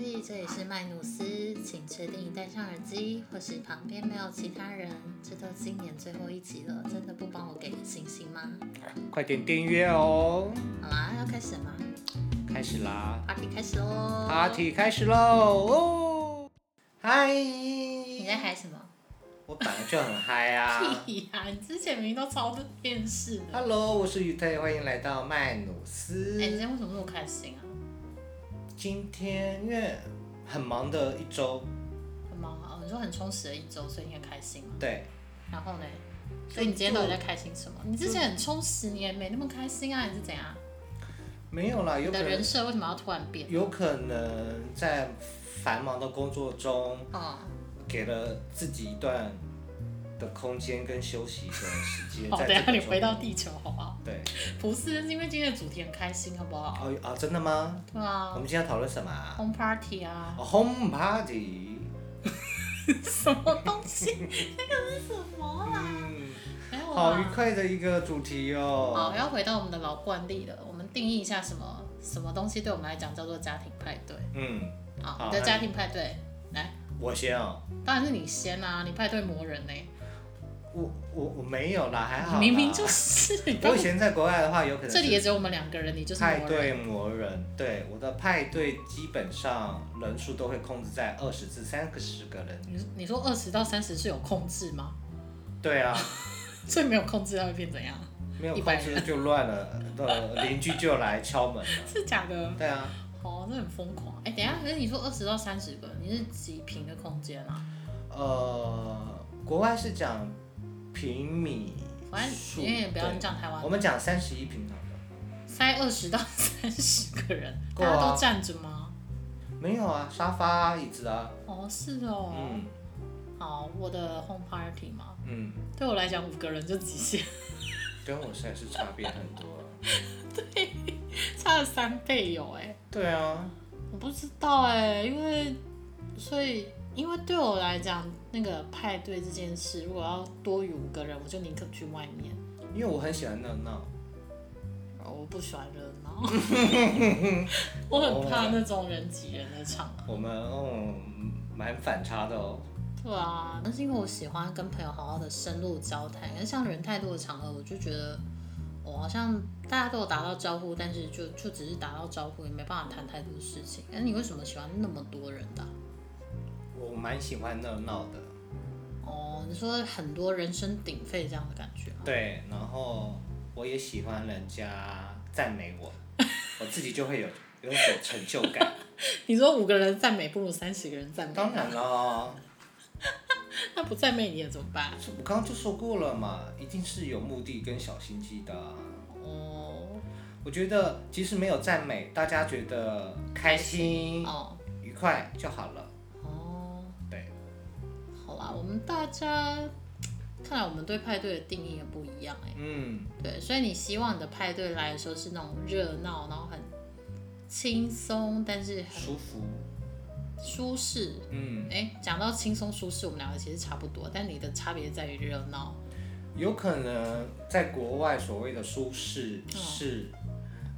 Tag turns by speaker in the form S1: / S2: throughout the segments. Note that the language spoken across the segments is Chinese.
S1: 意，这里是麦努斯，请确定戴上耳机，或是旁边没有其他人。这都今年最后一集了，真的不帮我给个星星吗？
S2: 快点订阅哦！
S1: 好啦，要开始了吗
S2: 开始啦
S1: ？Party 开始喽
S2: ，party 开始喽！哦，嗨！
S1: 你在嗨什么？
S2: 我本来就很嗨 啊
S1: 屁呀、你之前明明都超电视的。
S2: ！Hello，我是于退，欢迎来到麦努斯
S1: 哎、。你今天为什么那么开心啊？
S2: 今天因为很忙的一周，
S1: 很忙啊，哦你说很充实的一周，所以你很开心嘛。
S2: 对，
S1: 然后呢？所以你今天到底在开心什么？你之前很充实，你也没那么开心啊，你是怎样？
S2: 没有啦，
S1: 你
S2: 有可
S1: 的人
S2: 能
S1: 设为什么要突然变？
S2: 有可能在繁忙的工作中，
S1: 哦、
S2: 给了自己一段的空间跟休息的时间。
S1: 好，
S2: 在
S1: 哦等一
S2: 这
S1: 下
S2: 个
S1: 你
S2: 周
S1: 回到
S2: 末
S1: 地球好不好？
S2: 对，
S1: 不是，是因为今天的主题很开心，好不好？
S2: 哦啊，真的吗？
S1: 对
S2: 我
S1: 啊
S2: 们今天要讨论什么、啊、
S1: ，home party 啊，
S2: 哦？Home party。
S1: 什么东西？那个是什么啦？
S2: 嗯，
S1: 没有
S2: 好愉
S1: 啊。
S2: 快的一个主题
S1: 好，
S2: 哦。
S1: 要回到我们的老惯例了，我们定义一下什么什么东西对我们来讲叫做家庭派对。
S2: 嗯，
S1: 好，
S2: 好
S1: 你的
S2: 来
S1: 家庭派对，来，
S2: 我先哦，
S1: 当然是你先啦、你派对魔人呢、
S2: 我我我没有啦，还好啦。
S1: 明明就是。你
S2: 我以前在国外的话，有可能
S1: 这里也
S2: 是
S1: 只有我们两个人，你就是
S2: 派
S1: 魔人。
S2: 对魔人。对，我的派对基本上人数都会控制在二十至三十个人。
S1: 你你说二十到三十是有控制吗？
S2: 对啊，
S1: 所以没有控制，它会变怎样？
S2: 没有
S1: 一百
S2: 控制就乱了，呃，邻居就来敲门了。
S1: 是假的？
S2: 对啊，
S1: 哦，这很疯狂。哎、等一下，可是你说二十到三十个，你是几平的空间啊？
S2: 呃，国外是讲平米
S1: 反
S2: 数，
S1: 正因为不要
S2: 对
S1: 你讲台湾
S2: 我，们讲三十一平好了。
S1: 塞二十到 三十个人，
S2: 够
S1: 大
S2: 啊
S1: 家都站着吗？
S2: 没有啊，沙发啊、椅子啊，
S1: 哦，是哦。
S2: 嗯
S1: 好，我的 home party 嘛，
S2: 嗯，
S1: 对我来讲五个人就极限，
S2: 跟我实在是差别很多。
S1: 差了三倍有哎、
S2: 对啊，
S1: 我不知道哎、因为所以因为对我来讲，那个派对这件事，如果要多于五个人，我就宁可去外面。
S2: 因为我很喜欢热闹，
S1: 哦我不喜欢热闹， 哦我很怕那种人挤人的场合。
S2: 我们哦蛮反差的哦。
S1: 对啊，那是因为我喜欢跟朋友好好的深入交谈，可是像人太多的场合，我就觉得我好像大家都有打到招呼，但是就就只是打到招呼，也没办法谈太多事情。哎，你为什么喜欢那么多人的啊、
S2: 我蛮喜欢热闹的，
S1: 哦，你说很多人声鼎沸这样的感觉吗？
S2: 对，然后我也喜欢人家赞美我， 我自己就会有有一种成就 感。
S1: 你说五个人赞美不如三十个人赞美，啊
S2: 当然啦，
S1: 那不赞美你也怎么办？啊
S2: 我刚刚就说过了嘛，一定是有目的跟小心机的啊、
S1: 哦
S2: 我觉得即使没有赞美，大家觉得开心、
S1: 哦
S2: 愉快就好了。
S1: 哦，
S2: 对，
S1: 好啦，我们大家看来我们对派对的定义也不一样哎、
S2: 嗯，
S1: 对，所以你希望你的派对来的时候是那种热闹，然后很轻松，但是很
S2: 舒服，
S1: 舒适。
S2: 嗯，
S1: 哎，讲到轻松舒适，我们两个其实差不多，但你的差别在于热闹。
S2: 有可能在国外所谓的舒适
S1: 嗯
S2: 是，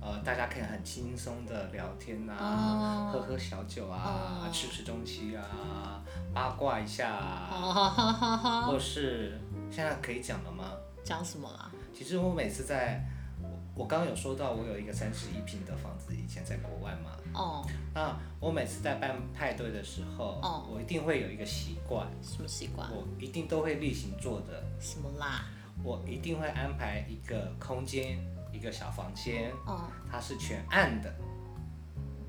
S2: 呃，大家可以很轻松的聊天啊，
S1: 哦
S2: 喝喝小酒啊，
S1: 哦
S2: 吃吃东西啊，八卦一下啊，
S1: 哦，哈哈哈哈
S2: 或是现在可以讲了吗？
S1: 讲什么啦？
S2: 其实我每次在，我我刚刚有说到我有一个三十一平的房子，以前在国外嘛，
S1: 哦，
S2: 那我每次在办派对的时候，
S1: 哦
S2: 我一定会有一个习惯，
S1: 什么习惯？
S2: 我一定都会例行做的，
S1: 什么啦？
S2: 我一定会安排一个空间，一个小房间，
S1: 哦，
S2: 它是全暗的。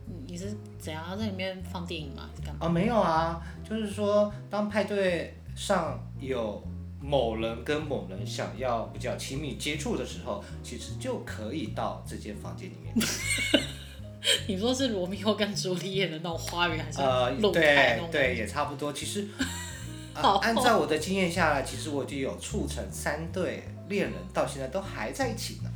S1: 你你是怎样要在里面放电影吗？还是干嘛？
S2: 啊，没有啊，就是说，当派对上有某人跟某人想要比较亲密接触的时候，其实就可以到这间房间里 面。
S1: 你说是罗密欧跟朱丽叶的那种花园，还是
S2: 呃，
S1: 露台
S2: 对
S1: 那种？
S2: 对，也差不多。其实，
S1: 好
S2: 呃、按照我的经验下来，其实我就有促成三对恋人到现在都还在一起呢。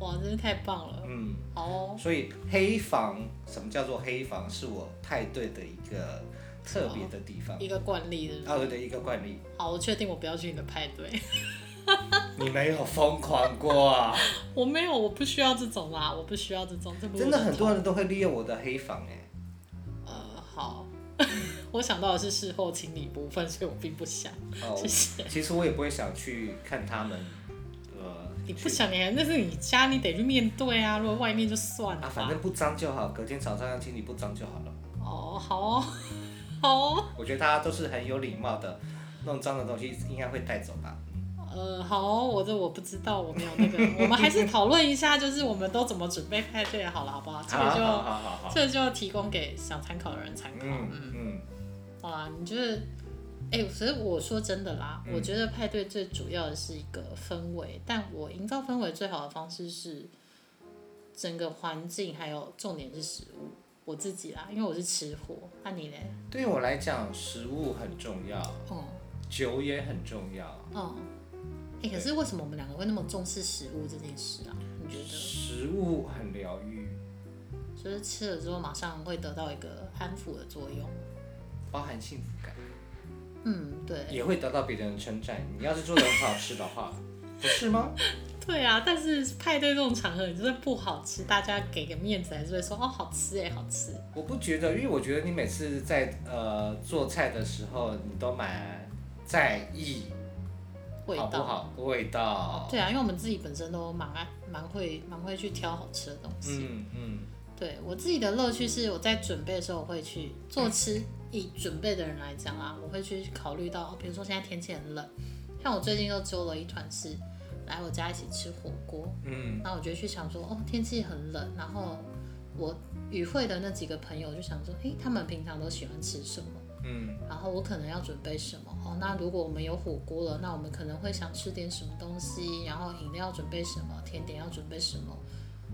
S1: 哇，真是太棒了！
S2: 嗯，
S1: 好哦，
S2: 所以黑房，什么叫做黑房？是我派对的一个特别的地方，
S1: 一个惯例是不是
S2: 二的一个惯例。
S1: 好，我确定我不要去你的派对。
S2: 你没有疯狂过啊？
S1: 我没有，我不需要这种啦，我不需要这种，这不是
S2: 真的欸
S1: 我
S2: 很多
S1: 痛
S2: 人都会利用我的黑房哎、
S1: 呃，好， 我想到的是事后清理部分，所以我并不想。
S2: 哦，
S1: 谢谢。
S2: 其实我也不会想去看他们，呃，
S1: 你不
S2: 去
S1: 想你还那是你家，你得去面对啊。如果外面就算了
S2: 啊，
S1: 吧
S2: 反。正不脏就好，隔天早上要清理不脏就好了。
S1: 哦，好哦， 好哦，
S2: 我觉得大家都是很有礼貌的，弄脏的东西应该会带走吧。
S1: 呃，好哦，我这我不知道，我没有那 个，我们还是讨论一下，就是我们都怎么准备派对好了，好不好？这
S2: 啊好
S1: 个就
S2: 好好好好，
S1: 这就提供给想参考的人参考。
S2: 嗯
S1: 嗯，
S2: 嗯，
S1: 好啦，你觉得？哎、所以我说真的啦，
S2: 嗯
S1: 我觉得派对最主要的是一个氛围，但我营造氛围最好的方式是整个环境，还有重点是食物。我自己啦，因为我是吃货，那、你嘞？
S2: 对于我来讲，食物很重要，
S1: 嗯
S2: 酒也很重要。
S1: 嗯。哎、可是为什么我们两个会那么重视食物这件事啊？你觉得？
S2: 食物很疗愈，
S1: 就是吃了之后马上会得到一个安抚的作用。
S2: 包含幸福感，
S1: 嗯，对。
S2: 也会得到别人的称赞。你要是做的很好吃 的话，不是吗？
S1: 对啊，但是派对这种场合，你就是不好吃，大家给个面子还是会说哦好吃哎好吃。
S2: 我不觉得，因为我觉得你每次在呃做菜的时候，你都蛮在意
S1: 味
S2: 好不
S1: 道。
S2: 好味道。
S1: 对啊，因为我们自己本身都蛮爱蛮会蛮会去挑好吃的东西。
S2: 嗯嗯，
S1: 对我自己的乐趣是我在准备的时候我会去做吃，以准备的人来讲啊，我会去考虑到，比如说现在天气很冷，像我最近又揪了一团是来我家一起吃火锅，
S2: 嗯，
S1: 那我就去想说，哦，天气很冷，然后我与会的那几个朋友就想说，诶，他们平常都喜欢吃什么？
S2: 嗯，
S1: 然后我可能要准备什么？哦，那如果我们有火锅了，那我们可能会想吃点什么东西，然后饮料准备什么，甜点要准备什么，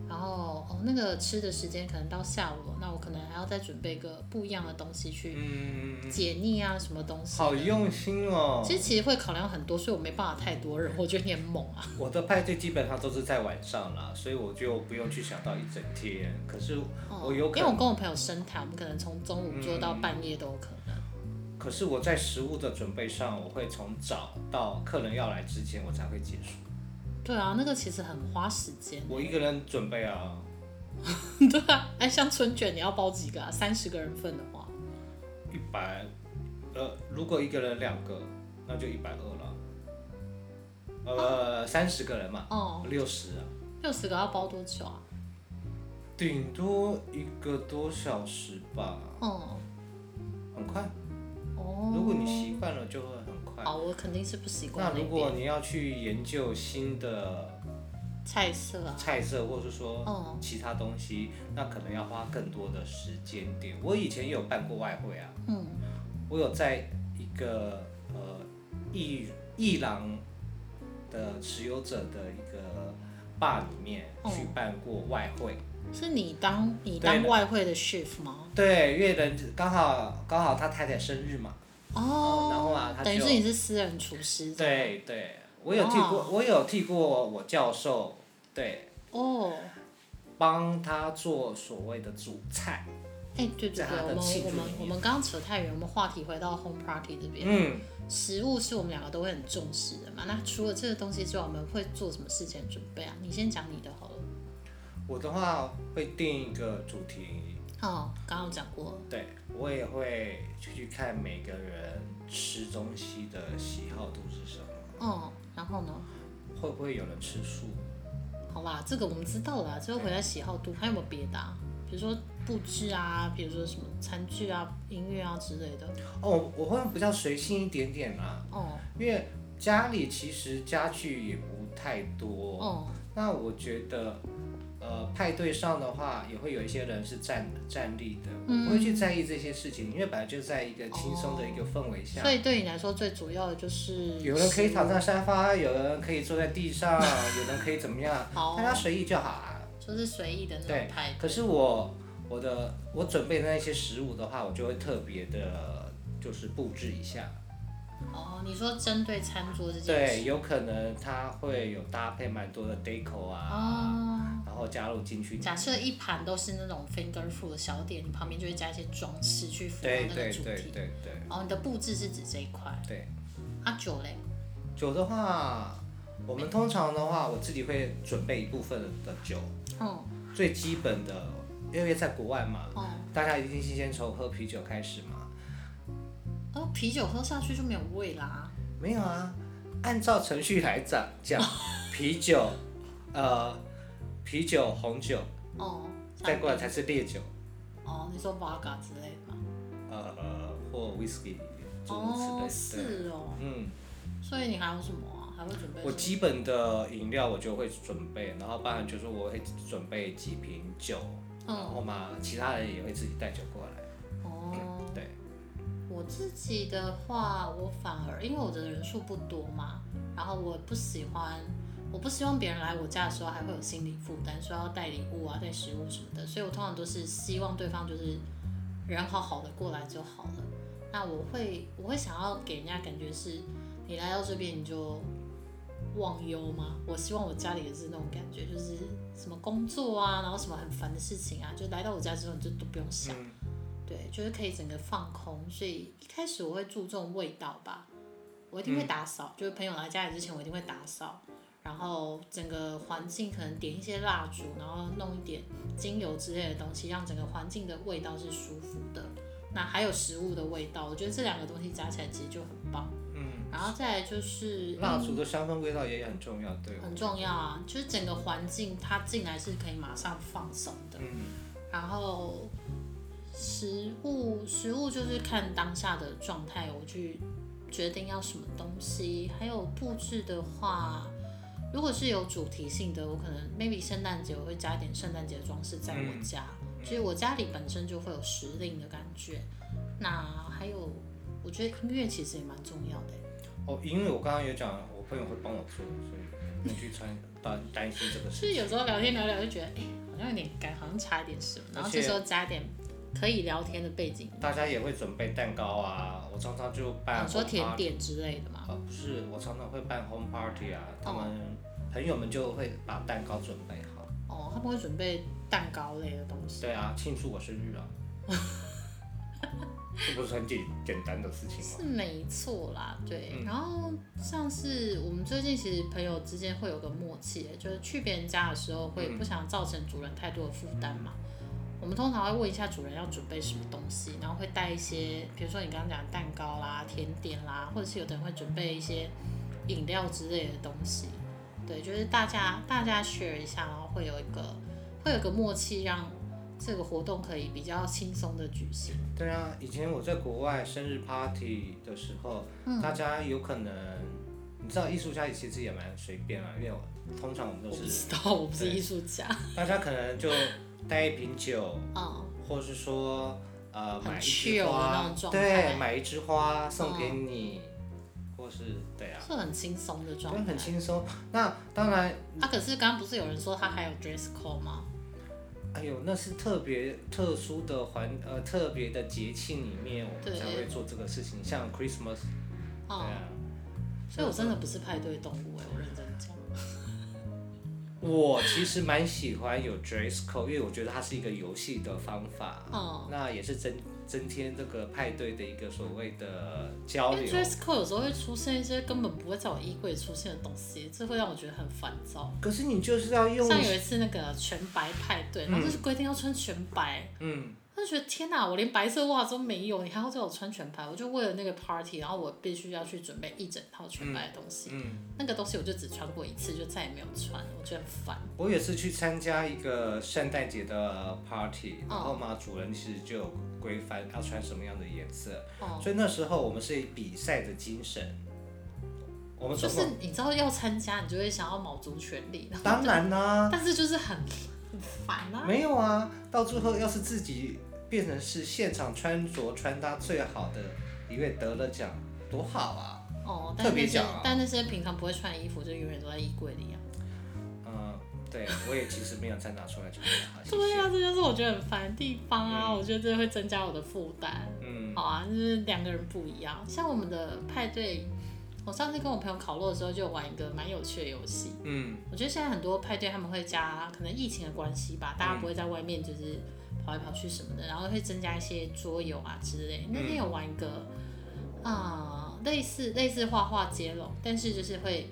S1: 然后哦，那个吃的时间可能到下午了，那我可能还要再准备个不一样的东西去
S2: 嗯，
S1: 解腻啊，什么东西的。
S2: 好用心哦。
S1: 其实其实会考量很多，所以我没办法太多人，我觉得你很猛 啊。
S2: 我的派对基本上都是在晚上啦，所以我就不用去想到一整天。可是我有
S1: 哦
S2: 可
S1: 因为我
S2: 能，
S1: 跟我朋友深谈，我们可能从中午做到半夜都有可
S2: 嗯
S1: 能。
S2: 可是我在食物的准备上，我会从早到客人要来之前我才会结束。
S1: 对啊，那个其实很花时间。
S2: 我一个人准备啊，
S1: 对啊，哎，像春卷你要包几个啊？三十个人份的话，
S2: 一百，呃，如果一个人两个，那就一百二了。呃，三十个人嘛，
S1: 哦，
S2: 六十啊，
S1: 六十个要包多久啊？
S2: 顶多一个多小时吧，
S1: 嗯，
S2: 很快。
S1: 哦，
S2: 如果你习惯了，就会很快。
S1: 好，我肯定是不哦习惯
S2: 那如
S1: 那
S2: 果
S1: 边
S2: 你要去研究新的
S1: 菜色啊。
S2: 菜色，或是说
S1: 嗯，
S2: 其他东西，那可能要花更多的时间点。我以前也有办过外汇啊，
S1: 嗯，
S2: 我有在一个呃伊伊朗的持有者的一个坝里面
S1: 嗯
S2: 去办过外汇。
S1: 是你当你
S2: 对
S1: 当
S2: 的
S1: 外汇的 chef 吗？
S2: 对，越人刚好刚好他太太生日嘛，
S1: 哦，
S2: 然后啊他
S1: 等于
S2: 就是
S1: 你是私人厨师。，
S2: 对对，我有替过，我有替过我教授，对，
S1: 哦，
S2: 帮他做所谓的主菜。
S1: 哎，对对
S2: 在
S1: 对，
S2: 他的
S1: 我们
S2: 庆祝
S1: 我们
S2: 里面
S1: 我们刚刚扯太远，我们话题回到 home party 这边。
S2: 嗯，
S1: 食物是我们两个都会很重视的嘛。那除了这个东西之外，我们会做什么事情准备啊？你先讲你的好了。
S2: 我的话会定一个主题，
S1: 哦，刚刚有讲过了。
S2: 对我也会去看每个人吃东西的喜好度是什么，
S1: 哦，然后呢？
S2: 会不会有人吃素？
S1: 好啦，这个我们知道
S2: 嗯
S1: 啦，最后回来喜好度还有没有别的、啊？比如说布置啊，比如说什么餐具啊、音乐啊之类的。
S2: 哦，我会比较随性一点点啦，
S1: 哦
S2: 因为家里其实家具也不太多。
S1: 哦，
S2: 那我觉得，呃，派对上的话，也会有一些人是站站立的，我不会去在意这些事情，因为本来就在一个轻松的一个氛围下。
S1: 所以对你来说最主要的就是
S2: 有人可以躺
S1: 食
S2: 在沙发，有人可以坐在地 上，有人可以怎么样，
S1: 物，好
S2: 大，家随意就好啊。
S1: 就是随意的那
S2: 对
S1: 种派
S2: 可
S1: 对。
S2: 是我我的我准备的那些食物的话，我就会特别的，就是布置一下。
S1: 哦，你说针对餐桌这件事。
S2: 对，有可能它会有搭配蛮多的 deco 啊，
S1: 哦。
S2: 然后加入进去。
S1: 假设一盘都是那种 finger food 的小点，你旁边就会加一些装饰去符合
S2: 对
S1: 那
S2: 对
S1: 个主
S2: 对
S1: 题。
S2: 对对
S1: 哦，你的布置是指这一块。
S2: 对。
S1: 啊，酒嘞？
S2: 酒的话，我们通常的话，我自己会准备一部分的酒，
S1: 嗯，
S2: 最基本的因为在国外嘛，
S1: 哦，
S2: 大家一定是先从喝啤酒开始嘛。
S1: 哦，啤酒喝下去就没有味啦。
S2: 没有啊，按照程序来讲， 讲啤酒，呃，啤酒、红酒，
S1: 哦，
S2: 嗯再过来才是烈酒，
S1: 哦，你说 vodka 之类的吗？
S2: 呃，或 whisky，诸如此类
S1: 哦
S2: 的，。对
S1: 是哦，
S2: 嗯，
S1: 所以你还有什么啊？还会准备什么？
S2: 我基本的饮料我就会准备，然后包含就是我会准备几瓶酒，然
S1: 嗯，
S2: 后嘛，其他人也会自己带酒过来。
S1: 哦，
S2: 对，
S1: 我自己的话，我反而因为我的人数不多嘛，然后我不喜欢，我不希望别人来我家的时候还会有心理负担，说要带礼物啊、带食物什么的，所以我通常都是希望对方就是人好好的过来就好了。那我会我会想要给人家感觉是，你来到这边你就忘忧吗？我希望我家里也是那种感觉，就是什么工作啊，然后什么很烦的事情啊，就来到我家之后你就都不用想。
S2: 嗯，
S1: 对，就是可以整个放空。所以一开始我会注重味道吧，我一定会打扫，就是朋友来家里之前我一定会打扫，然后整个环境可能点一些蜡烛，然后弄一点精油之类的东西，让整个环境的味道是舒服的。那还有食物的味道，我觉得这两个东西加起来其实就很棒。
S2: 嗯，
S1: 然后再来就是
S2: 蜡烛的香氛味道也很重要，对。
S1: 很重要啊，就是整个环境它进来是可以马上放松的。
S2: 嗯，
S1: 然后食物，食物就是看当下的状态，我去决定要什么东西。还有布置的话，如果是有主题性的，我可能 maybe 圣诞节我会加一点圣诞节的装饰在我家，所以我家里本身就会有时令的感觉。那还有，我觉得音乐其实也蛮重要的。
S2: 哦，因为我刚刚有讲，我朋友会帮我做，所以不去穿担担心这个
S1: 就
S2: 事
S1: 是
S2: 情。
S1: 有时候聊天聊聊就觉得，哎、好像有点干，好像差一点什么，然后这时候加一点可以聊天的背景音
S2: 大家也会准备蛋糕啊，我常常就办
S1: 你说
S2: home
S1: 甜
S2: party
S1: 点之类的哦嘛，
S2: 啊，不是，我常常会办 home party 啊，他
S1: 哦
S2: 们朋友们就会把蛋糕准备好。
S1: 哦，他们会准备蛋糕类的东西。
S2: 对啊，庆祝我生 日啊，这不是很简简单的事情吗？
S1: 是没错啦，对。
S2: 嗯
S1: 然后像是我们最近其实朋友之间会有个默契，就是去别人家的时候会
S2: 嗯
S1: 不想造成主人太多的负担嘛。我们通常会问一下主人要准备什么东西，然后会带一些，比如说你刚刚讲的蛋糕啦、甜点啦，或者是有的人会准备一些饮料之类的东西。对，就是大家大家 share 一下，然后会有一个会有一个默契，让这个活动可以比较轻松的举行。
S2: 对啊，以前我在国外生日 party 的时候，
S1: 嗯
S2: 大家有可能，你知道艺术家其实也蛮随便啊，因为我通常我
S1: 我
S2: 们都
S1: 不
S2: 是
S1: 知道，我不是
S2: 对
S1: 艺术 家。
S2: 大家可能就带一瓶酒，
S1: 嗯，
S2: 或者是说呃
S1: 很
S2: 买一
S1: chill
S2: 枝
S1: 的那
S2: 花
S1: 种，状态嗯
S2: 对，买一枝花送给你，或是对啊，
S1: 是很轻松的
S2: 就
S1: 状态
S2: 很。轻松。那当然，
S1: 啊，可是刚刚不是有人说他还有 dress code 吗？
S2: 哎呦，那是特别特殊的环呃特别的节庆里面，我
S1: 对
S2: 们才会做这个事情，像 Christmas，对
S1: 哦、
S2: 啊，
S1: 所以我真的不是派对动物哎、我认真讲。
S2: 我其实蛮喜欢有 dress code，因为我觉得它是一个游戏的方法。
S1: 哦、
S2: 那也是增增添这个派对的一个所谓的交
S1: 因为
S2: 流，
S1: dress code 有时候会出现一些根本不会在我衣柜出现的东西，这会让我觉得很烦躁。
S2: 可是你就是要用，
S1: 像有一次那个全白派对，然后就是规定要穿全白，
S2: 嗯，
S1: 我就觉得天哪，我连白色袜子都没有，你还要叫我穿全白？我就为了那个 party，然后我必须要去准备一整套全白的东西。
S2: 嗯
S1: 那个东西我就只穿过一次，就再也没有穿，我觉得很烦。
S2: 我也是去参加一个圣诞节的 party，
S1: 哦
S2: 然后嘛，主人其实就有规范要穿什么样的颜色，
S1: 哦，
S2: 所以那时候我们是以比赛的精神，我们
S1: 就
S2: 总
S1: 是
S2: 共
S1: 你知道要参加，你就会想要卯足全力，然后
S2: 当然啦、
S1: 但是就是很很烦啊。
S2: 没有啊，到最后要是自己变成是现场穿着穿搭最好的一位得了奖，多好啊！
S1: 哦，但是
S2: 特别
S1: 那些、
S2: 讲啊
S1: 但那些平常不会穿的衣服，就永远都在衣柜里啊。
S2: 嗯，对我也其实没有再拿出来穿搭，谢
S1: 对
S2: 谢。
S1: 啊，这就是我觉得很烦的地方啊！我觉得这会增加我的负担。
S2: 嗯
S1: 好啊，就是两个人不一样。像我们的派对，我上次跟我朋友烤肉的时候就玩一个蛮有趣的游戏。
S2: 嗯
S1: 我觉得现在很多派对他们会加，可能疫情的关系吧，大家不会在外面就是跑来跑去什么的，然后会增加一些桌游啊之类。那天有玩一个啊、呃类似类似画画接龙，但是就是会，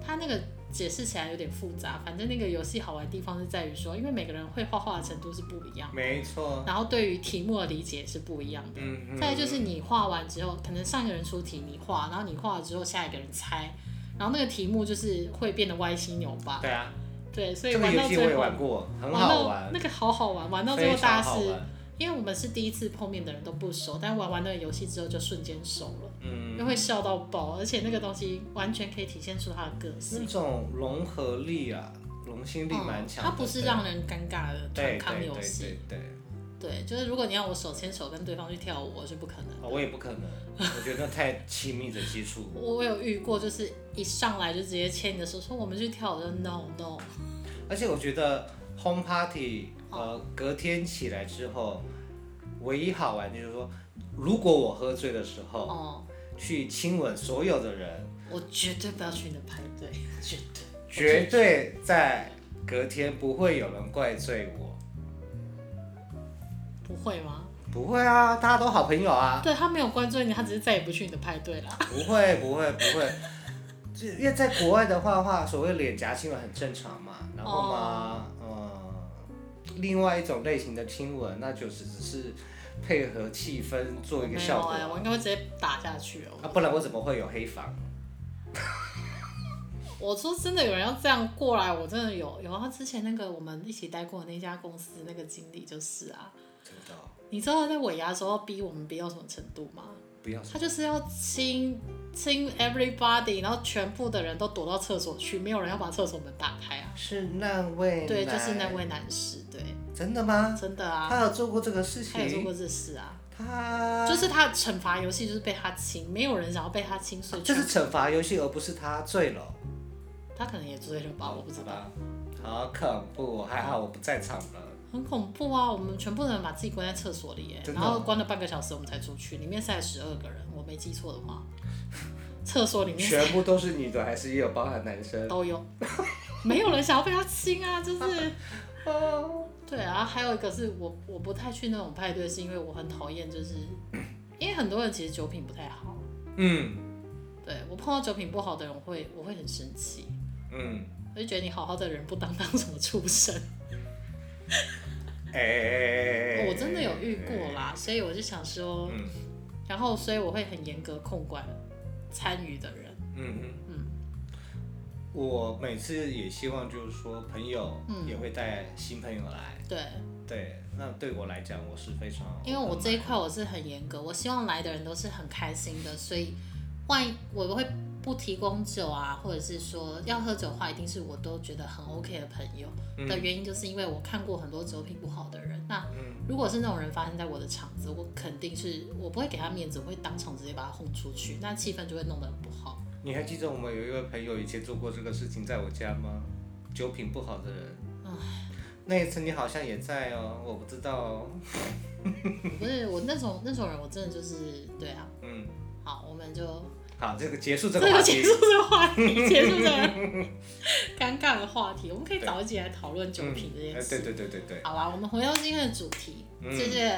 S1: 它那个解释起来有点复杂。反正那个游戏好玩的地方是在于说，因为每个人会画画的程度是不一样，
S2: 没错，
S1: 然后对于题目的理解是不一样的。
S2: 嗯哼，
S1: 再来就是你画完之后，可能上一个人出题你画，然后你画了之后下一个人猜，然后那个题目就是会变得歪七扭八。
S2: 对啊，
S1: 对，所以
S2: 这个
S1: 玩
S2: 游
S1: 到
S2: 戏我
S1: 最
S2: 也
S1: 后，
S2: 玩过，很好
S1: 到
S2: 玩，
S1: 那个好好玩，玩到最
S2: 非
S1: 后大
S2: 常
S1: 家
S2: 好
S1: 是
S2: 玩，
S1: 因为我们是第一次碰面的人都不熟，但玩完那个游戏之后就瞬间熟了，
S2: 嗯，
S1: 就会笑到爆，而且那个东西完全可以体现出它的个性
S2: 那。种融合力啊，容心力蛮强的、
S1: 哦它不是让人尴尬的
S2: 对
S1: 团康
S2: 对
S1: 游
S2: 对
S1: 戏。
S2: 对对，
S1: 对，就是如果你让我手牵手跟对方去跳舞，我是不可能。
S2: 哦我也不可能，我觉得太亲密的接触，
S1: 我我有遇过，就是一上来就直接牵你的手说我们去跳舞，我就
S2: 嗯
S1: no no。
S2: 哦而且我觉得 home party，呃，
S1: 哦
S2: 隔天起来之后，唯一好玩就是说，如果我喝醉的时候、
S1: 哦，
S2: 去亲吻所有的人，
S1: 我绝对不要去你的派 对，绝对。
S2: 绝对在隔天不会有人怪罪我，
S1: 不会吗？
S2: 不会啊，大家都好朋友啊。
S1: 对他没有怪罪你，他只是再也不去你的派对啦。
S2: 不会不会不会，就因为在国外的话话，所谓脸颊亲吻很正常嘛，然后嘛，
S1: 哦
S2: 呃，另外一种类型的亲吻，那就是只是配合气氛做一个
S1: 没
S2: 效
S1: 有
S2: 果
S1: 哎、我应该会直接打下去哦。
S2: 啊，不然我怎么会有黑房？
S1: 我说真的，有人要这样过来，我真的有有啊。之前那个我们一起待过的那家公司那个经理就是啊，
S2: 真的哦、
S1: 你知道他在尾牙的时候逼我们逼到什么程度吗？
S2: 不要
S1: 他就是要亲亲 everybody，然后全部的人都躲到厕所去，没有人要把厕所门打开啊。
S2: 是那位
S1: 对，就是那
S2: 男
S1: 位男士，对，
S2: 真的吗？
S1: 真的啊，
S2: 他有做过这个事
S1: 他有做
S2: 情，
S1: 过这事啊，
S2: 他
S1: 就是他的惩罚游戏就是被他亲，没有人想要被他亲，所以
S2: 这
S1: 全
S2: 啊是惩罚游戏，而不是他醉了。
S1: 他可能也醉了吧，我不知道，
S2: 道，好恐怖，还好我不在场了。
S1: 很恐怖啊！我们全部人把自己关在厕所里耶，
S2: 真的啊
S1: 然后关了半个小时我们才出去，里面塞了十二个人，我没记错的 话，厕所里面塞
S2: 全部都是女的，还是也有包含男生？
S1: 都有，没有人想要被他亲啊，就是。对啊，然后还有一个是我我不太去那种派对，是因为我很讨厌，就是因为很多人其实酒品不太好。
S2: 嗯
S1: 对我碰到酒品不好的人，我会我会很生气，
S2: 嗯，
S1: 我就觉得你好好的人不当 当什么畜生。哦
S2: 哎、欸
S1: 我真的有遇过啦，所以我就想说，
S2: 嗯
S1: 然后所以我会很严格控管参与的人。
S2: 嗯嗯。我每次也希望就是说，朋友也会带新朋友来，
S1: 对，
S2: 对，那对我来讲我是非常，
S1: 因为我这一块我是很严格，我希望来的人都是很开心的，所以万一我会不提供酒啊，或者是说要喝酒的话，一定是我都觉得很 OK 的朋友。
S2: 嗯
S1: 的原因就是因为我看过很多酒品不好的人，那如果是那种人发生在我的场子，我肯定是我不会给他面子，我会当场直接把他轰出去，那气氛就会弄得很不好。
S2: 你还记得我们有一位朋友以前做过这个事情，在我家吗？酒品不好的人，那一次你好像也在哦，我不知道哦，
S1: 不是我那种那种人，我真的就是对啊。
S2: 嗯，
S1: 好，我们就
S2: 好，这个结束这个
S1: 这
S2: 话
S1: 个
S2: 题
S1: 结，束这个话题，结束这个尴尬的话题，我们可以
S2: 对
S1: 早一集来讨论酒品这件
S2: 嗯
S1: 事。
S2: 对对对对对，
S1: 好啦，我们回到今天的主题，
S2: 嗯
S1: 就是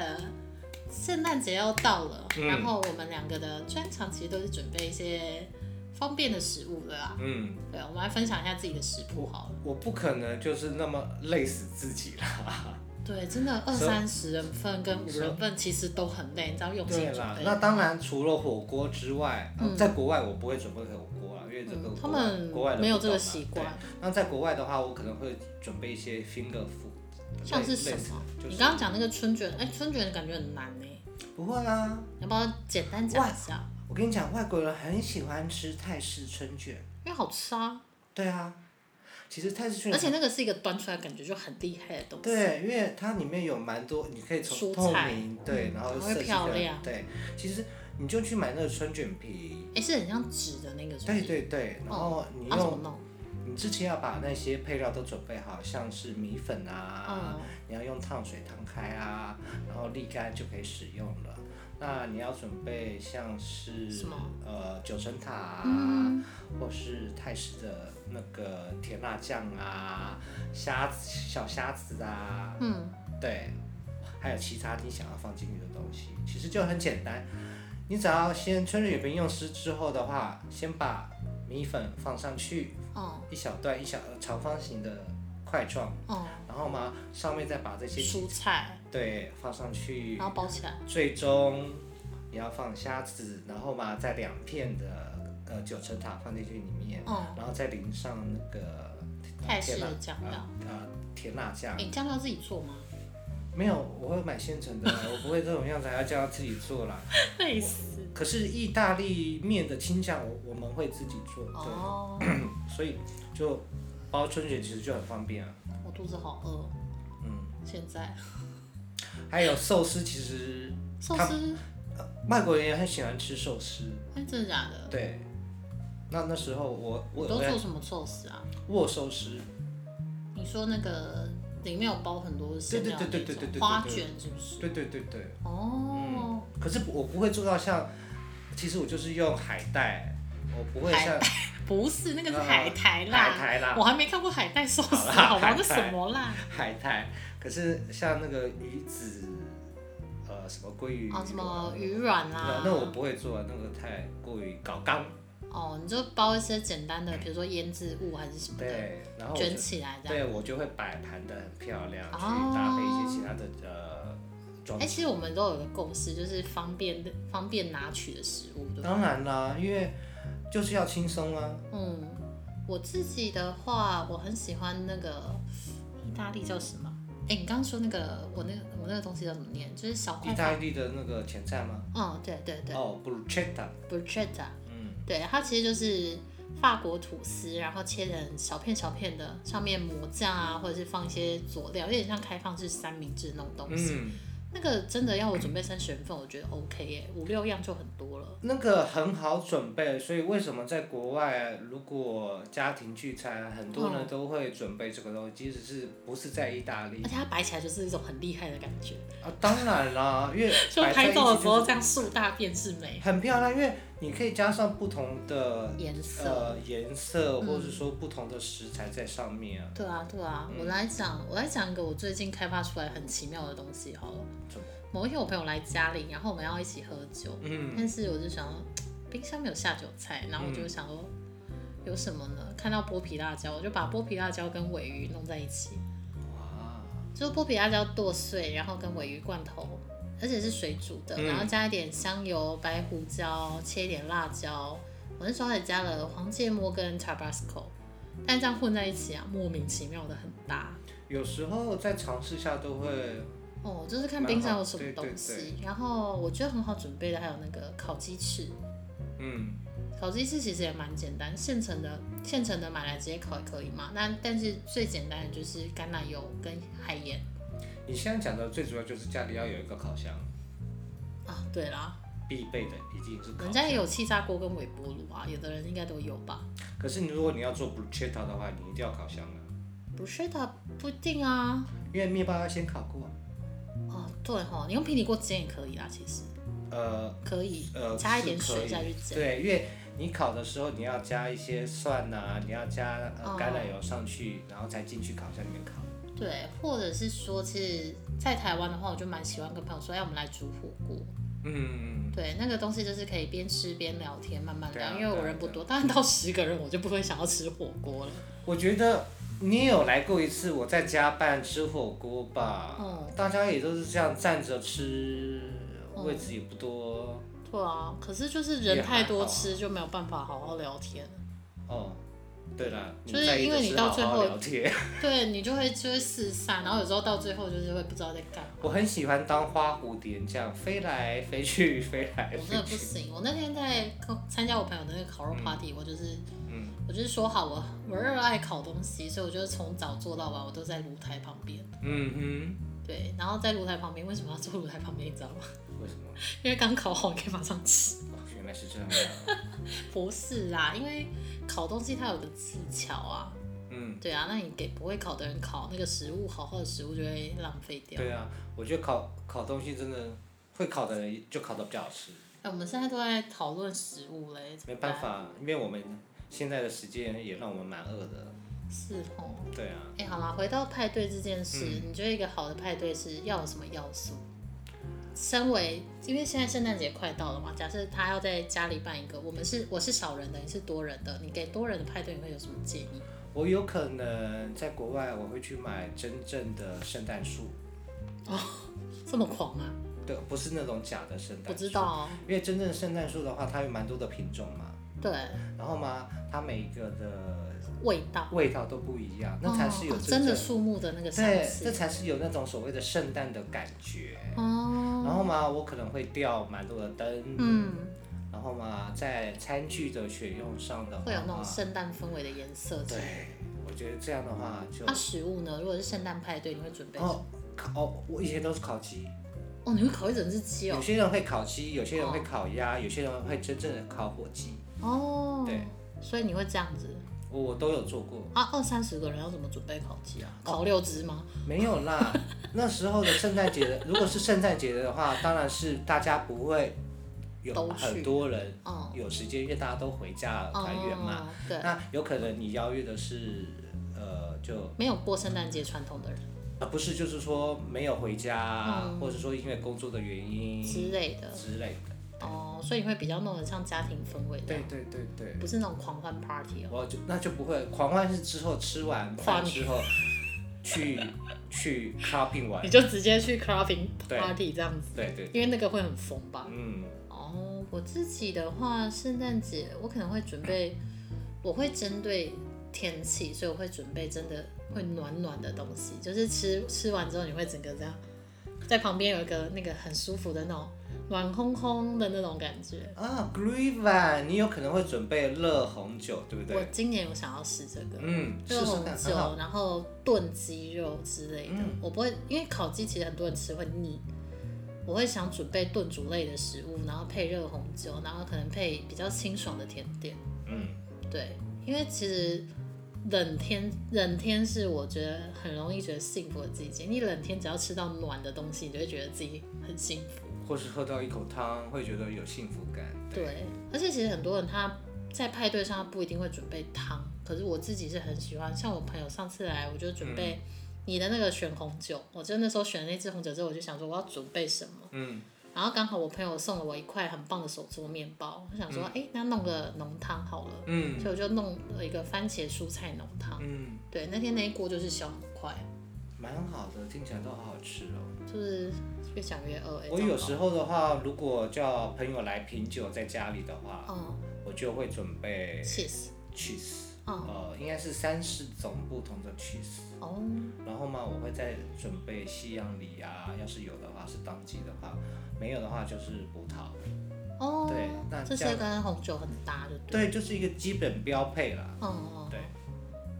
S1: 圣诞节要到了，
S2: 嗯
S1: 然后我们两个的专长其实都是准备一些方便的食物的啦。
S2: 嗯。
S1: 对，我们来分享一下自己的食谱好了。
S2: 我不可能就是那么累死自己啦。
S1: 对，真的二
S2: 所以
S1: 三十人份跟五人份其实都很累，你知道用心
S2: 对
S1: 准
S2: 啦，
S1: 备。
S2: 那当然除了火锅之外，呃
S1: 嗯
S2: 在国外我不会准备火锅啦，因为这个
S1: 嗯，他
S2: 国外、
S1: 们
S2: 国外人
S1: 没有
S2: 不
S1: 这
S2: 懂
S1: 个
S2: 嘛
S1: 习惯。
S2: 对，那在国外的话，我可能会准备一些 finger food，
S1: 像是
S2: 类
S1: 什
S2: 类似
S1: 么？
S2: 就是
S1: 你刚刚讲那个春卷，哎、春卷感觉很难呢、
S2: 不会啊，
S1: 你要不要简单讲一下？
S2: 我跟你讲，外国人很喜欢吃泰式春卷。
S1: 因为好吃啊，
S2: 对啊，其实泰式春
S1: 而
S2: 卷。
S1: 且那个是一个端出来感觉就很厉害的东西。
S2: 对，因为它里面有蛮多，你可以从
S1: 蔬
S2: 透
S1: 菜
S2: 明对，然后
S1: 然后
S2: 设
S1: 会
S2: 计
S1: 漂
S2: 的
S1: 亮
S2: 对，其实你就去买那个春卷皮，
S1: 哎、是很像纸的那个是不
S2: 对
S1: 是，
S2: 对对，然后你
S1: 啊、怎么
S2: 用
S1: 弄？
S2: 你之前要把那些配料都准备好，像是米粉啊，
S1: 嗯，
S2: 你要用烫水烫开啊，然后沥干就可以使用了。那你要准备像是
S1: 什么
S2: 呃九层塔啊，
S1: 嗯
S2: 或是泰式的那个甜辣酱啊，虾子小虾子啊，
S1: 嗯，
S2: 对，还有其他你想要放进去的东西，其实就很简单。你只要先春卷皮用湿之后的话，先把米粉放上去，
S1: 哦
S2: 一小段一小长方形的块状，
S1: 哦，
S2: 然后嘛上面再把这些啊
S1: 蔬菜，
S2: 对放上去
S1: 然，后包起来，
S2: 最终你要放虾子，然后嘛再两片的呃九层塔放进去里面，
S1: 哦，
S2: 然后再淋上那个呃
S1: 泰式
S2: 甜辣
S1: 的酱料。
S2: 呃呃甜辣酱
S1: 哎，。你酱料自己做吗？
S2: 没有，我会买现成 的，我不会这种样子还要叫他自己做啦。
S1: 累死。
S2: 可是意大利面的青酱，我我们会自己做，对，
S1: 哦，
S2: 所以就包春卷其实就很方便啊。
S1: 我肚子好饿。
S2: 嗯，
S1: 现在
S2: 还有寿司，其实
S1: 寿
S2: 他
S1: 司，
S2: 呃外国人也很喜欢吃寿司，
S1: 哎，真的假的？
S2: 对。那那时候我我
S1: 你都
S2: 我
S1: 做什么寿司啊？
S2: 握寿司，
S1: 你说那个里面有包很多馅料的那种，
S2: 对对对对对对对对嗯
S1: 花卷是不是？
S2: 对对对对。
S1: 哦，
S2: 可是我不会做到像，其实我就是用海带，我不会像
S1: 不是，那个是海苔辣。
S2: 啊海苔啦，
S1: 我还没看过海带寿司，
S2: 好啦
S1: 好吧？
S2: 海苔
S1: 那什么辣？
S2: 海苔。可是像那个鱼子，呃，什么鲑鱼
S1: 哦，什么鱼软啊
S2: 那
S1: 啦？
S2: 那我不会做，那个太过于搞刚。
S1: 哦，你就包一些简单的，比如说腌制物还是什么的，
S2: 对，然后我
S1: 卷
S2: 就
S1: 起来这样。
S2: 对我就会摆盘的很漂亮，去
S1: 哦
S2: 搭配一些其他的呃装
S1: 哎，其实我们都有个共识，就是方便方便拿取的食物，对吧？
S2: 当然啦，因为就是要轻松啊。
S1: 嗯，我自己的话，我很喜欢那个意大利叫什么？哎，你刚刚说那个我那个我那个东西要怎么念？就是小
S2: 意
S1: 块
S2: 大
S1: 饭。
S2: 利的那个前菜吗？
S1: 嗯，对对对
S2: 哦 b r u c c e t t a
S1: ，bruschetta，
S2: 嗯，
S1: 对，它其实就是法国吐司，然后切成小片小片的，上面抹酱啊，或者是放一些佐料，有点像开放式三明治那种东西。
S2: 嗯，
S1: 那个真的要我准备三十人份，我觉得 OK 耶，五六样就很多了。
S2: 那个很好准备，所以为什么在国外如果家庭聚餐，很多
S1: 哦
S2: 人都会准备这个东西，即使是不是在意大利
S1: 而且它摆起来就是一种很厉害的感觉，
S2: 啊？当 然啦，因为
S1: 就
S2: 摆在一
S1: 拍
S2: 起
S1: 照的时候
S2: 就是
S1: 这样树大便是美，
S2: 很漂亮，因为你可以加上不同的
S1: 颜色。嗯
S2: 呃颜色，或者说不同的食材在上面啊。
S1: 对啊，对啊，我来讲，我来讲一个我最近开发出来很奇妙的东西好了
S2: 什么。
S1: 某一天我朋友来家里，然后我们要一起喝酒，
S2: 嗯，
S1: 但是我就想说，冰箱没有下酒菜，然后我就想说，有什么呢？看到剥皮辣椒，我就把剥皮辣椒跟尾鱼弄在一起，
S2: 哇，
S1: 就剥皮辣椒剁碎，然后跟尾鱼罐头，而且是水煮的，
S2: 嗯
S1: 然后加一点香油、白胡椒，切一点辣椒。我那时候还加了黄芥末跟 Tabasco，但这样混在一起啊，莫名其妙的很搭。
S2: 有时候在尝试下都会，
S1: 哦，就是看
S2: 蛮
S1: 冰箱
S2: 好
S1: 有什么
S2: 对对
S1: 东西，然后我觉得很好准备的还有那个烤鸡翅，
S2: 嗯，
S1: 烤鸡翅其实也蛮简单，现成的现成的买来直接烤也可以嘛。那但是最简单的就是橄榄油跟海盐
S2: 你现在讲的最主要就是家里要有一个烤箱，
S1: 啊。对啦，
S2: 必备的一定是
S1: 人
S2: 烤箱。
S1: 家也有气炸锅跟微波炉啊，有的人应该都有吧。
S2: 可是你如果你要做 b r u c c e t t a 的话，你一定要烤箱啊，
S1: 不是的，不一定啊。
S2: 因为面包要先烤过。
S1: 哦，对吼，你用平底锅煎也可以啦，其实
S2: 呃
S1: 可以
S2: 呃，
S1: 加一点
S2: 是可
S1: 水
S2: 以
S1: 下去煎。
S2: 对，因为你烤的时候你要加一些蒜呐、你要加呃
S1: 哦
S2: 橄榄油上去，然后再进去烤箱里面烤。
S1: 对，或者是说，其实，在台湾的话，我就蛮喜欢跟朋友说，哎，我们来煮火锅。
S2: 嗯，
S1: 对，那个东西就是可以边吃边聊天，慢慢
S2: 对
S1: 聊。
S2: 啊
S1: 因为
S2: 对
S1: 我
S2: 啊
S1: 人不
S2: 对啊
S1: 多，当然到十个人我就不会想要吃火锅了。
S2: 我觉得你也有来过一次我在家办吃火锅吧，
S1: 嗯
S2: 大家也都是这样站着吃，
S1: 嗯
S2: 位置也不多。
S1: 对啊，可是就是
S2: 也
S1: 人
S2: 还
S1: 太多
S2: 好啊
S1: 吃就没有办法好好聊 天，
S2: 哦，对了，
S1: 就是
S2: 在意
S1: 因为
S2: 的
S1: 你
S2: 是
S1: 到
S2: 好
S1: 最
S2: 好
S1: 后
S2: 聊天。
S1: 对你就会就会四散，然后有时候到最后就是会不知道在干嘛。
S2: 我很喜欢当花蝴蝶这样飞来飞去，飞来
S1: 我
S2: 飞
S1: 真
S2: 去。
S1: 的不行，我那天在跟参加我朋友的那个烤肉 party，、我就是
S2: 嗯，
S1: 我就是说好我我热爱烤东西，所以我就是从早做到晚，我都在炉台旁边。
S2: 嗯
S1: 对，然后在炉台旁边，为什么要坐炉台旁边？你知道吗？
S2: 哼，为什么？
S1: 因为刚烤好，你可以马上吃。
S2: 哦原来是 这样。
S1: 不是啊啦，因为烤东西它有个技巧啊。
S2: 嗯，
S1: 对啊，那你给不会烤的人烤那个食物，好好的食物就会浪费掉。
S2: 对啊，我觉得烤烤东西真的会烤的人就烤的比较好吃，
S1: 哎、我们现在都在讨论食物嘞，怎
S2: 没
S1: 么办
S2: 办。法，因为我们现在的时间也让我们蛮饿的。
S1: 是哦。
S2: 对啊，嗯
S1: 哎、好啦，回到派对这件事，你觉得一个好的派对是要有什么要素？身为，因为现在圣诞节快到了嘛，假设他要在家里办一个，我们是我是少人的，你是多人的，你给多人的派对，你会有什么建议？
S2: 我有可能在国外，我会去买真正的圣诞树，
S1: 这么狂啊？
S2: 对，不是那种假的圣诞
S1: 不
S2: 树。
S1: 知道哦、
S2: 因为真正的圣诞树的话，它有蛮多的品种嘛，
S1: 对，
S2: 然后嘛，它每一个的
S1: 味道，
S2: 味道都不一样，那才是有
S1: 哦、
S2: 真
S1: 真
S2: 正、
S1: 的树木的那个香
S2: 对，
S1: 气
S2: 这才是有那种所谓的圣诞的感觉。
S1: 哦，
S2: 然后嘛，我可能会吊蛮多的灯，
S1: 嗯，
S2: 然后嘛，在餐具的选用上的话，
S1: 会有那种圣诞氛围的颜色之
S2: 对
S1: 类的。，
S2: 我觉得这样的话就
S1: 那、食物呢？如果是圣诞派对，你会准备什么？
S2: 哦烤哦，我以前都是烤鸡，
S1: 哦，你会烤一整只哦鸡
S2: 有
S1: 哦。
S2: 些人会烤鸡，有些人会烤鸭，有些人会真正的烤火鸡，
S1: 哦，
S2: 对，
S1: 所以你会这样子
S2: 我我都有做过。
S1: 啊？二三十个人要怎么准备烤鸡啊？
S2: 哦
S1: 烤六只吗？
S2: 没有 啦，那时候的圣诞节，如果是圣诞节的话，当然是大家不会有
S1: 都去
S2: 很多人
S1: 哦，
S2: 有时间，因为大家都回家了团圆呃嘛。
S1: 哦，对，
S2: 那有可能你邀约的是呃，就
S1: 没有过圣诞节传统的人
S2: 而呃不是就是说没有回家，啊或者说因为工作的原因
S1: 嗯之类的
S2: 之类的。
S1: 哦，所以你会比较弄得像家庭氛围的
S2: 对，对对对，
S1: 不是那种狂欢 party 哦。
S2: 我就那就不会狂欢是之后吃完
S1: 跨
S2: 饭
S1: 年
S2: 之后去去 shopping 玩
S1: 你。就直接去 clubbing
S2: 对
S1: party 这样子，
S2: 对 对，
S1: 因为那个会很疯吧？
S2: 嗯，
S1: 哦，我自己的话，圣诞节我可能会准备，我会针对天气，所以我会准备真的会暖暖的东西，就是吃吃完之后你会整个这样，在旁边有一个那个很舒服的那种暖烘烘的那种感觉。
S2: 啊 g r e v a n 你有可能会准备热红酒，对不
S1: 我
S2: 对？
S1: 今年有想要试这个。
S2: 嗯，试
S1: 热
S2: 试
S1: 红
S2: 看，很好。嗯
S1: 酒，然后炖鸡肉之类的，我不会，因为烤鸡其实很多人吃会腻，我会想准备炖煮类的食物，然后配热红酒，然后可能配比较清爽的甜点。
S2: 嗯，
S1: 对，因为其实冷天冷天是我觉得很容易觉得幸福的季节。你冷天只要吃到暖的东西，你就会觉得自己很幸福。
S2: 或是喝到一口汤，会觉得有幸福感。
S1: 对，而且其实很多人他在派对上他不一定会准备汤，可是我自己是很喜欢。像我朋友上次来，我就准备你的那个选红酒，我就那时候选了那支红酒之后，我就想说我要准备什么。
S2: 嗯，
S1: 然后刚好我朋友送了我一块很棒的手做面包，我想说，哎、那弄个浓汤好了，
S2: 嗯
S1: 所以我就弄了一个番茄蔬菜浓汤。
S2: 嗯，
S1: 对，那天那一锅就是消很快，
S2: 蛮好的，听起来都好好吃哦。
S1: 就是越想越饿、欸。
S2: 我
S1: 糟糕
S2: 有时候的话，如果叫朋友来品酒在家里的话，
S1: 嗯
S2: 我就会准备
S1: ，cheese，
S2: cheese，
S1: 嗯
S2: 呃，应该是三四种不同的 cheese。
S1: 哦，
S2: 然后嘛，我会再准备西洋梨啊，要是有的话是当季的话，没有的话就是葡萄。
S1: 哦，
S2: 对那
S1: 这
S2: 这样
S1: 些跟红酒很搭，就对。
S2: 对，就是一个基本标配啦。
S1: 嗯嗯，
S2: 对，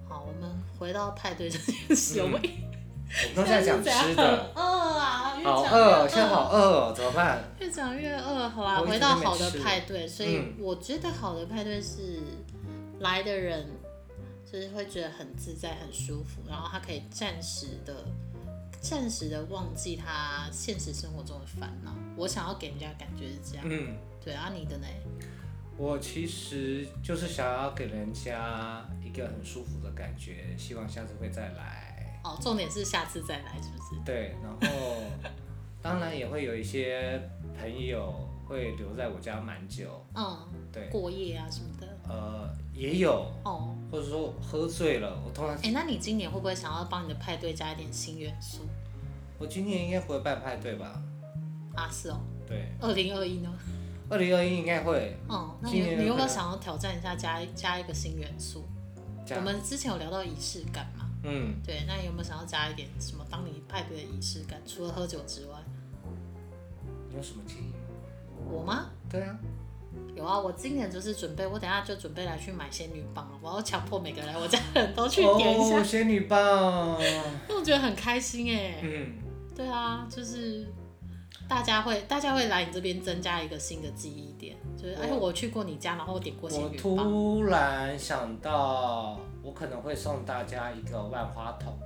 S1: 好，我们回到派对这件事，
S2: 嗯
S1: 我们
S2: 我们都在讲吃的，，
S1: 很饿啊，越
S2: 好
S1: 讲越
S2: 饿，现在好饿哦，怎么办？
S1: 越讲越饿，好啦，
S2: 我一直
S1: 回到
S2: 都没
S1: 好的
S2: 吃
S1: 派对，所以
S2: 嗯
S1: 我觉得好的派对是来的人就是会觉得很自在、很舒服，然后他可以暂时的、暂时的忘记他现实生活中的烦恼。我想要给人家的感觉是这样，
S2: 嗯，
S1: 对啊，你的呢？
S2: 我其实就是想要给人家一个很舒服的感觉，希望下次会再来。
S1: 哦，重点是下次再来，是不是？
S2: 对，然后当然也会有一些朋友会留在我家蛮久，
S1: 嗯，
S2: 对，
S1: 过夜啊什么的。
S2: 呃，也有，
S1: 哦，
S2: 或者说喝醉了，我通常
S1: 哎，那你今年会不会想要帮你的派对加一点新元素
S2: 我今年应该不会办派对吧？
S1: 啊？是哦，
S2: 对，
S1: 二零二一呢？
S2: 二零二一应该会
S1: 嗯，那你
S2: 今年
S1: 你有
S2: 有可
S1: 没有
S2: 能
S1: 想要挑战一下加一加一个新元素？
S2: 这
S1: 我
S2: 样，
S1: 们之前有聊到仪式感嘛？
S2: 嗯。
S1: 对，那你有没有想要加一点什么？当你派对的仪式感，除了喝酒之外，
S2: 你有什么建议吗？
S1: 我吗？
S2: 对啊，
S1: 有啊，我今年就是准备，我等一下就准备来去买仙女棒了。我要强迫每个来我家的人都去点一下，
S2: 哦，仙女 棒，
S1: 因为我觉得很开心哎、
S2: 嗯，
S1: 对啊，就是大家会大家会来你这边增加一个新的记忆点，就是哎，
S2: 我
S1: 我去过你家，然后我点过仙
S2: 我
S1: 女棒。
S2: 突然想到，我可能会送大家一个万花筒。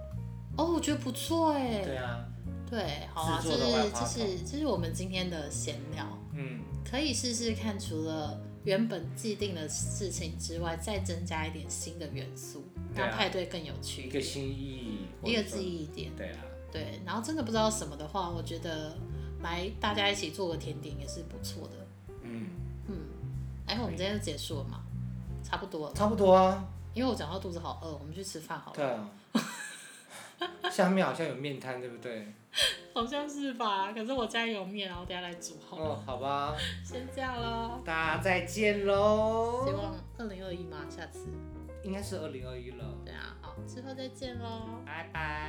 S1: 哦，我觉得不错哎、
S2: 对啊，
S1: 对，好啊，
S2: 制
S1: 这
S2: 作的
S1: 是
S2: 万花
S1: 这是这是我们今天的闲聊，
S2: 嗯，
S1: 可以试试看，除了原本既定的事情之外，再增加一点新的元素，
S2: 对啊
S1: 让派对更有趣
S2: 一
S1: 一
S2: 个
S1: 点，
S2: 心意，
S1: 一个
S2: 或者说
S1: 记忆点。
S2: 对啊，
S1: 对，然后真的不知道什么的话，我觉得来大家一起做个甜点也是不错的。
S2: 嗯，
S1: 哎，我们今天就结束了嘛，差不多了。
S2: 差不多啊，
S1: 因为我讲到肚子好哦饿，我们去吃饭好了。
S2: 对啊。 下面好像有面摊，对不对？
S1: 好像是吧？可是我家有面，然后等下来煮好了。
S2: 哦，好吧，
S1: 先这样喽，
S2: 大家再见
S1: 希
S2: 喽。
S1: 望二零二一嘛，下次
S2: 应该是二零二一了，
S1: 对啊，好，之后再见喽。
S2: 拜拜。